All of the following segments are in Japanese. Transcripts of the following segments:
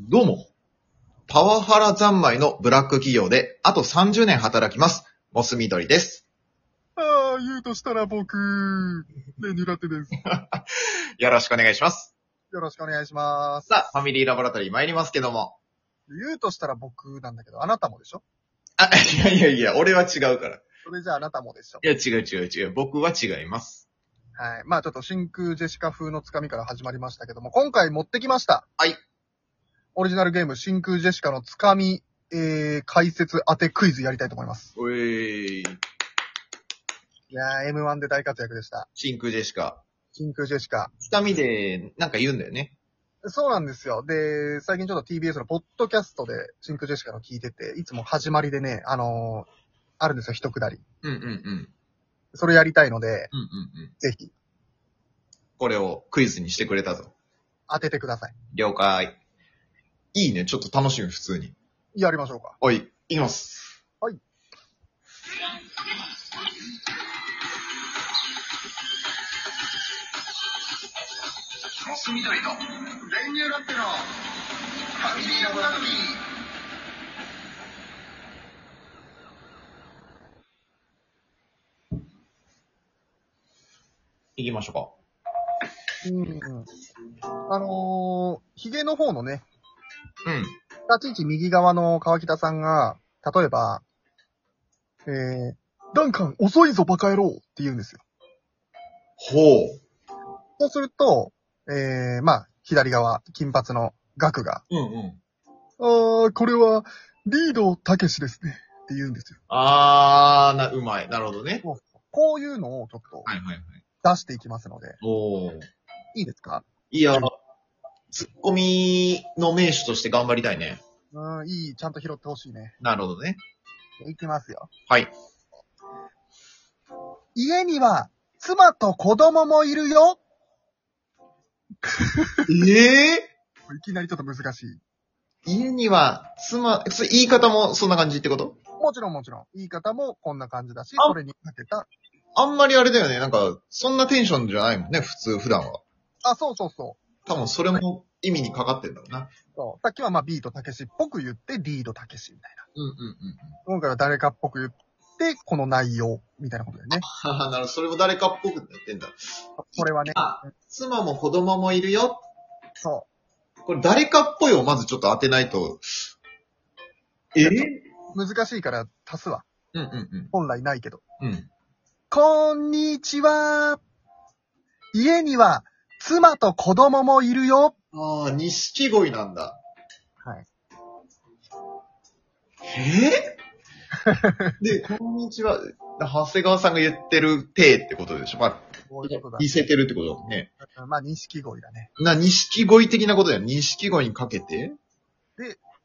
どうも。パワハラ三昧のブラック企業で、あと30年働きます。モスみどりです。ああ、言うとしたら僕、ね、苦手です。よろしくお願いします。よろしくお願いします。さあ、ファミリーラボラトリー参りますけども。 言うとしたら僕なんだけど、あなたもでしょあ、いやいやいや、俺は違うから。いそれじゃああなたもでしょや、違う違う違う。僕は違います。はい。まあちょっと真空ジェシカ風のつかみから始まりましたけども、今回持ってきました。はい。オリジナルゲーム真空ジェシカのつかみ、えー、解説当てクイズやりたいと思います。おえー、いやー、M1 で大活躍でした。真空ジェシカ。真空ジェシカ。つかみで、なんか言うんだよね。そうなんですよ。で、最近ちょっと TBS のポッドキャストで真空ジェシカの聞いてて、いつも始まりでね、あのーあるんですよ、一くだり。うんうんうん。うんうんそれやりたいので、うん。ぜひこれをクイズにしてくれたぞ。当ててください。了解。いいね、ちょっと楽しみ、普通に。やりましょうか。はい、いきます。はい。モス緑の練乳ロッテのファミリーラボラトリー。行きましょうか。うんうん。あのー、ヒゲの方のね、うん。立ち位置右側の川北さんが、例えば、えー、ダンカン遅いぞバカ野郎って言うんですよ。ほう。そうすると、えー、まあ、左側、金髪のガクが、うんうん。あー、これは、リードたけしですね。って言うんですよ。あー、な、うまい。なるほどね。こういうのをちょっとはいはいはい。出していきますので、おー。いいですかいや、ツッコミの名手として頑張りたいね。うん、いい、ちゃんと拾ってほしいね。なるほどね。いきますよ。はい。家には、妻と子供もいるよ。ええいきなりちょっと難しい。家には、妻、えそれ言い方もそんな感じってこともちろんもちろん。言い方もこんな感じだし、あそれにかけた。あんまりあれだよね。なんか、そんなテンションじゃないもんね、普通、普段は。あ、そうそうそ多分それも意味にかかってんだろうな。う。そうさっきはまあビートたけしっぽく言って、リードたけしみたいな。うんうんうん。今回は誰かっぽく言って、この内容、みたいなことだよね。はは、なるほど。それも誰かっぽくやってんだ。これはね、あ、妻も子供もいるよ。そこれ誰かっぽいをまずちょっと当てないと。えー、う。難しいから足すわ。うんうん本来ないけど。うん。うん。こんにちは。家には、妻と子供もいるよ。ああ、錦鯉なんだ。はい。え ー、で、こんにちは。長谷川さんが言ってる体ってことでしょまこういうことあだ、。似せてるってことだもんね。まあ、錦鯉だね。な、錦鯉的なことだよ。錦鯉にかけて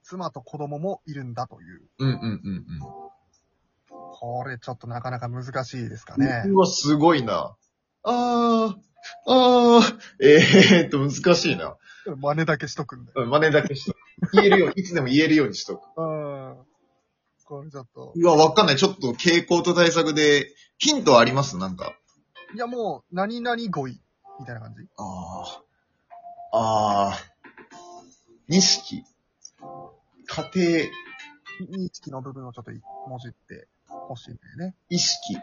妻と子供もいるんだという。うんうんうんこれちょっとなかなか難しいですかうん。ね。うわ、すごいな。あー、あー、えーっと、難しいな。真似だけしとくんだよ。うん真似だけしとく。言えるように、いつでも言えるようにしとく。うん。これちょっと。うわ、わかんない。ちょっと傾向と対策で、ヒントありますなんか。いやもう、何々恋みたいな感じああ。ああ。錦。家庭、認識の部分をちょっともじってほしいんだよね。意識。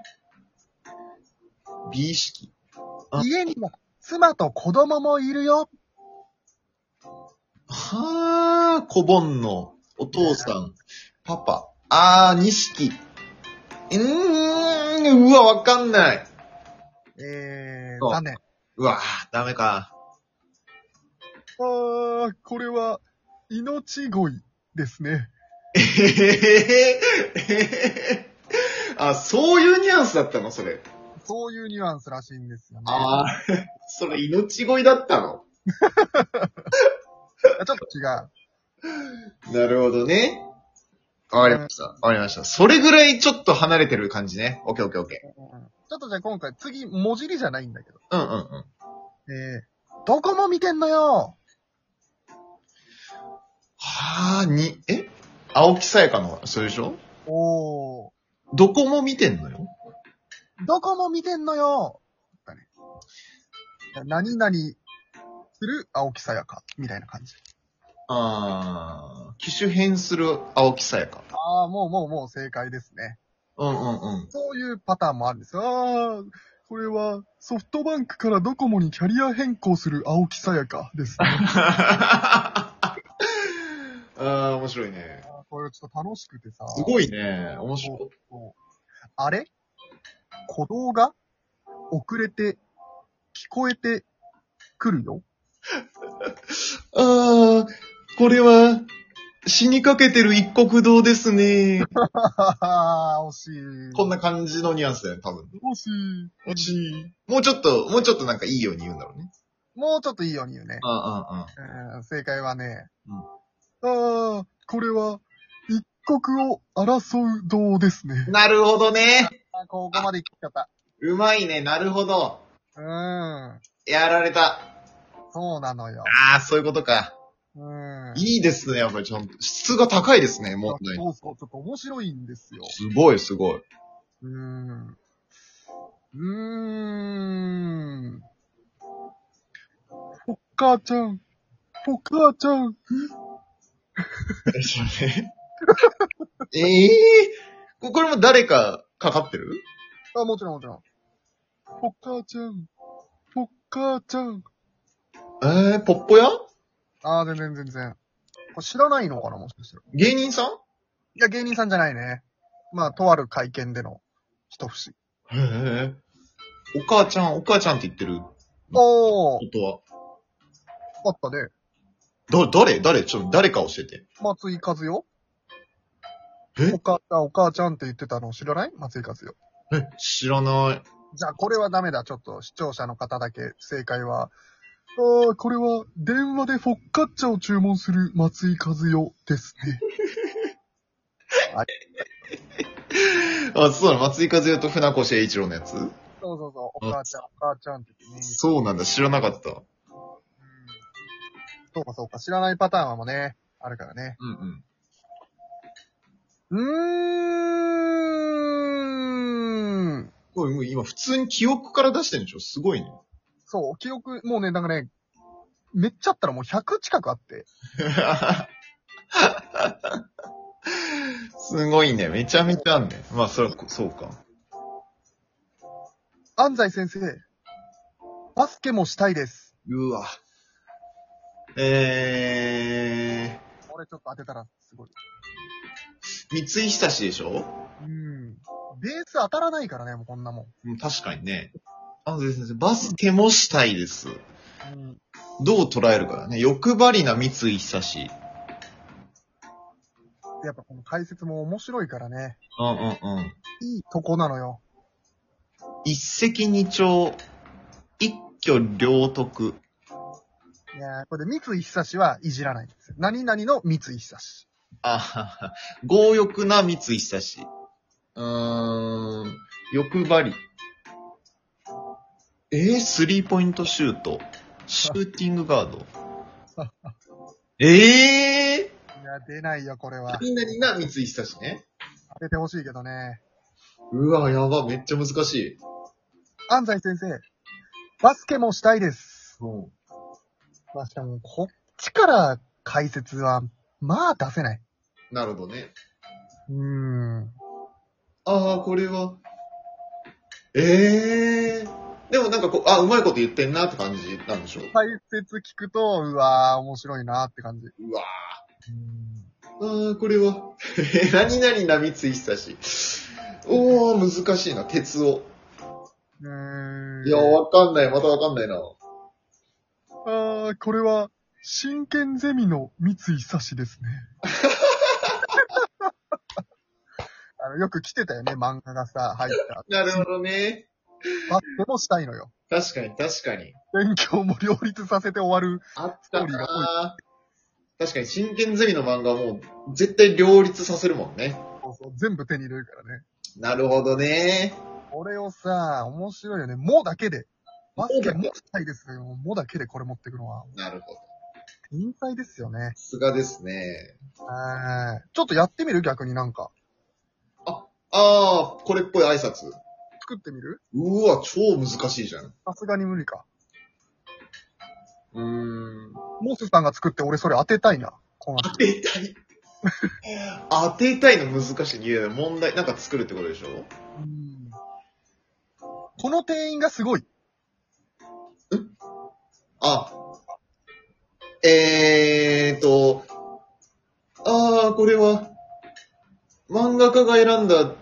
美意識。あ家には妻と子供もいるよ。はあ、子盆の、お父さん、パパ。ああ、錦。うーん、うわ、わかんない。えそー、う残念。うわ、ダメか。あー、これは、命恋ですね。えへへへへ。あ、そういうニュアンスだったのそれ。そういうニュアンスらしいんですよね。ああ、 それ命乞いだったのいやちょっと違う。なるほどね。わかりました。わかりました。それぐらいちょっと離れてる感じね。オッケーオッケーオッケー。うんちょっとじゃあ今回、次、もじりじゃないんだけど。うんうんうん。えー、どこも見てんのよはあ、に、え青木さやかの、それでしょおー。どこも見てんのよどこも見てんのよだね。何々する青木さやか、みたいな感じ。ああ、機種変する青木さやか。ああ、もうもうもう正解ですね。うんうんうん。 そういうパターンもあるんですよ。ああ、これはソフトバンクからドコモにキャリア変更する青木さやかですね。ああ、面白いね。これちょっと楽しくてさ。すごいね。面白い。あれ鼓動が遅れて、聞こえてくるよ。ああ、これは、死にかけてる一国堂ですね。ははは、惜しい。こんな感じのニュアンスだよね、多分。惜しい。もし、もうちょっと、もうちょっとなんかいいように言うんだろうね。もうちょっといいように言うね。ああ、ああ。うん正解はね、うんああ、これは、一刻を争う道ですね。なるほどね。あここまで行っちゃった。うまいね、なるほど。うん。やられた。そうなのよ。ああ、そういうことか。うん。いいですね、やっぱりちゃんと。質が高いですね、問題の。そうそう、ちょっと面白いんですよ。すごい、すごい。うーん。うーん。お母ちゃん。お母ちゃん。それ。ええここれも誰かかかってるあ、もちろんもちろん。お母ちゃん。お母ちゃん。ええポッポやあー、全然全然。これ知らないのかなもしかしたら。芸人さんいや、芸人さんじゃないね。まあ、とある会見での一節。へえ。お母ちゃん、お母ちゃんって言ってるおーこ、とは。あったね。だ、誰誰ちょっと誰か教えて。松井和代えお母ちゃん、お母ちゃんって言ってたの知らない松井和代。え、知らない。じゃあ、これはダメだ。ちょっと視聴者の方だけ正解は。ああ、これは電話でフォッカッチャを注文する松井和代ですね。あ、そうなの松井和代と船越英一郎のやつそうそうそう、お母ちゃん、お母ちゃんって言ってね。そうなんだ、知らなかった。そうかそうか、知らないパターンもね、あるからね。うんうん。うーん。これもう今普通に記憶から出してるんでしょすご いね。そう、記憶、もうね、なんかね、めっちゃあったらもう100近くあって。すごいね。めちゃめちゃあんね。まあ、そら、そうか。安西先生、バスケもしたいです。うわ。え俺ちょっと当てたらすごい。ー、三井久志でしょうん。ベース当たらないからね、もうこんなもん。うん確かにね。安西先生、バスケもしたいです。うん。どう捉えるかだね。欲張りな三井久志。やっぱこの解説も面白いからね。うんうんうん。いいとこなのよ。一石二鳥。一挙両得。いやーこれで三井久志はいじらないんですよ。何々の三井久志。あはは。強欲な三井久志。うーん。欲張り。えー、スリーポイントシュート。シューティングガー ド。ええいや、出ないよ、これーは。みんなにな、三井久志ね。当ててほしいけどね。うわ、やば、めっちゃ難しい。安西先生、バスケもしたいです。うん。まあ、しかも、こっちから解説は、まあ出せない。なるほどね。うーん。ああ、これは。ええー。でもなんかこう、あ、うまいこと言ってんなって感じなんでしょう。解説聞くと、うわー、面白いなーって感じ。ううわーんああ、これは。 何々な三井久志。おー、難しいな、鉄を。うーん。いや、わかんない、またわかんないな。あー、これは、真剣ゼミの三井久 志ですね。あの、よく来てたよね、漫画がさ、入った。なるほどね。バスケもしたいのよ。確かに、確かに。勉強も両立させて終わる。あったストーリーがな確かに、真剣ゼミの漫画はもう、絶対両立させるもんね。そうそう全部手に入れるからね。なるほどね。これをさ、面白いよね。もだけで。バスケもしたいですよ。もだけでこれ持ってくのは。なるほど。天才ですよね。さすがですね。はい。ちょっとやってみる逆になんか。ああ、これっぽい挨拶。作ってみるうわ、超難しいじゃん。さすがに無理か。うーん。モスさんが作って俺それ当てたいな。この当てたい。当てたいの難しい。いや、問題、なんか作るってことでしょこの店員がすごい。あ、えーと、あー、これは、漫画家が選んだ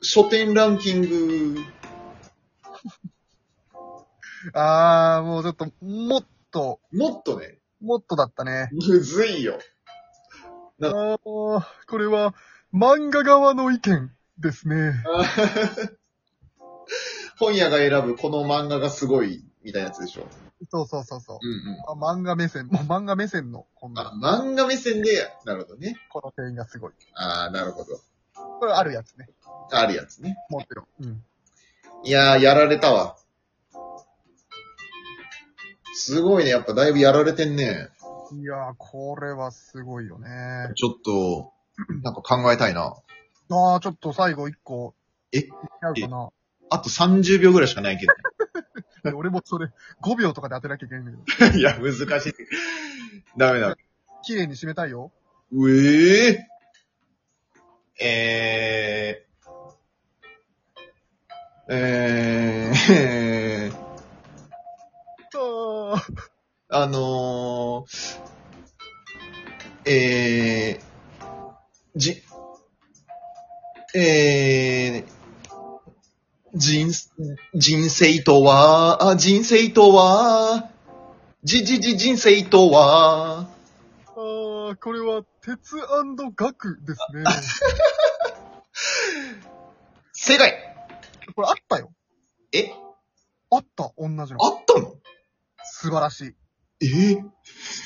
書店ランキング。あー、もうちょっと、もっと、もっとね、もっとだったね。むずいよ。あー、これは、漫画側の意見ですね。あー本屋が選ぶこの漫画がすごい、みたいなやつでしょ。そうそうそうそう。うんうん。あ漫画目線、もう漫画目線の、こんな、あ、漫画目線で、なるほどね。この店員がすごい。あー、なるほど。これあるやつね。あるやつね。もちろん。うん。いやー、やられたわ。すごいね。やっぱだいぶやられてんね。いやー、これはすごいよね。ちょっと、なんか考えたいな。あー、ちょっと最後一個。えいけちゃうかなあと30秒ぐらいしかないけど。 いや俺もそれ、5秒とかで当てなきゃいけないんだけど。いや、難しい。ダメだ。綺麗に締めたいよ。うえー、えー、えー、えー、あーあのー、えー、じ、えー、人、人生とは、あ人生とは、じじじ人生とは、あー、これは、鉄学ですね。正解これあったよ。えあった、同じの。あったの素晴らしえい。ー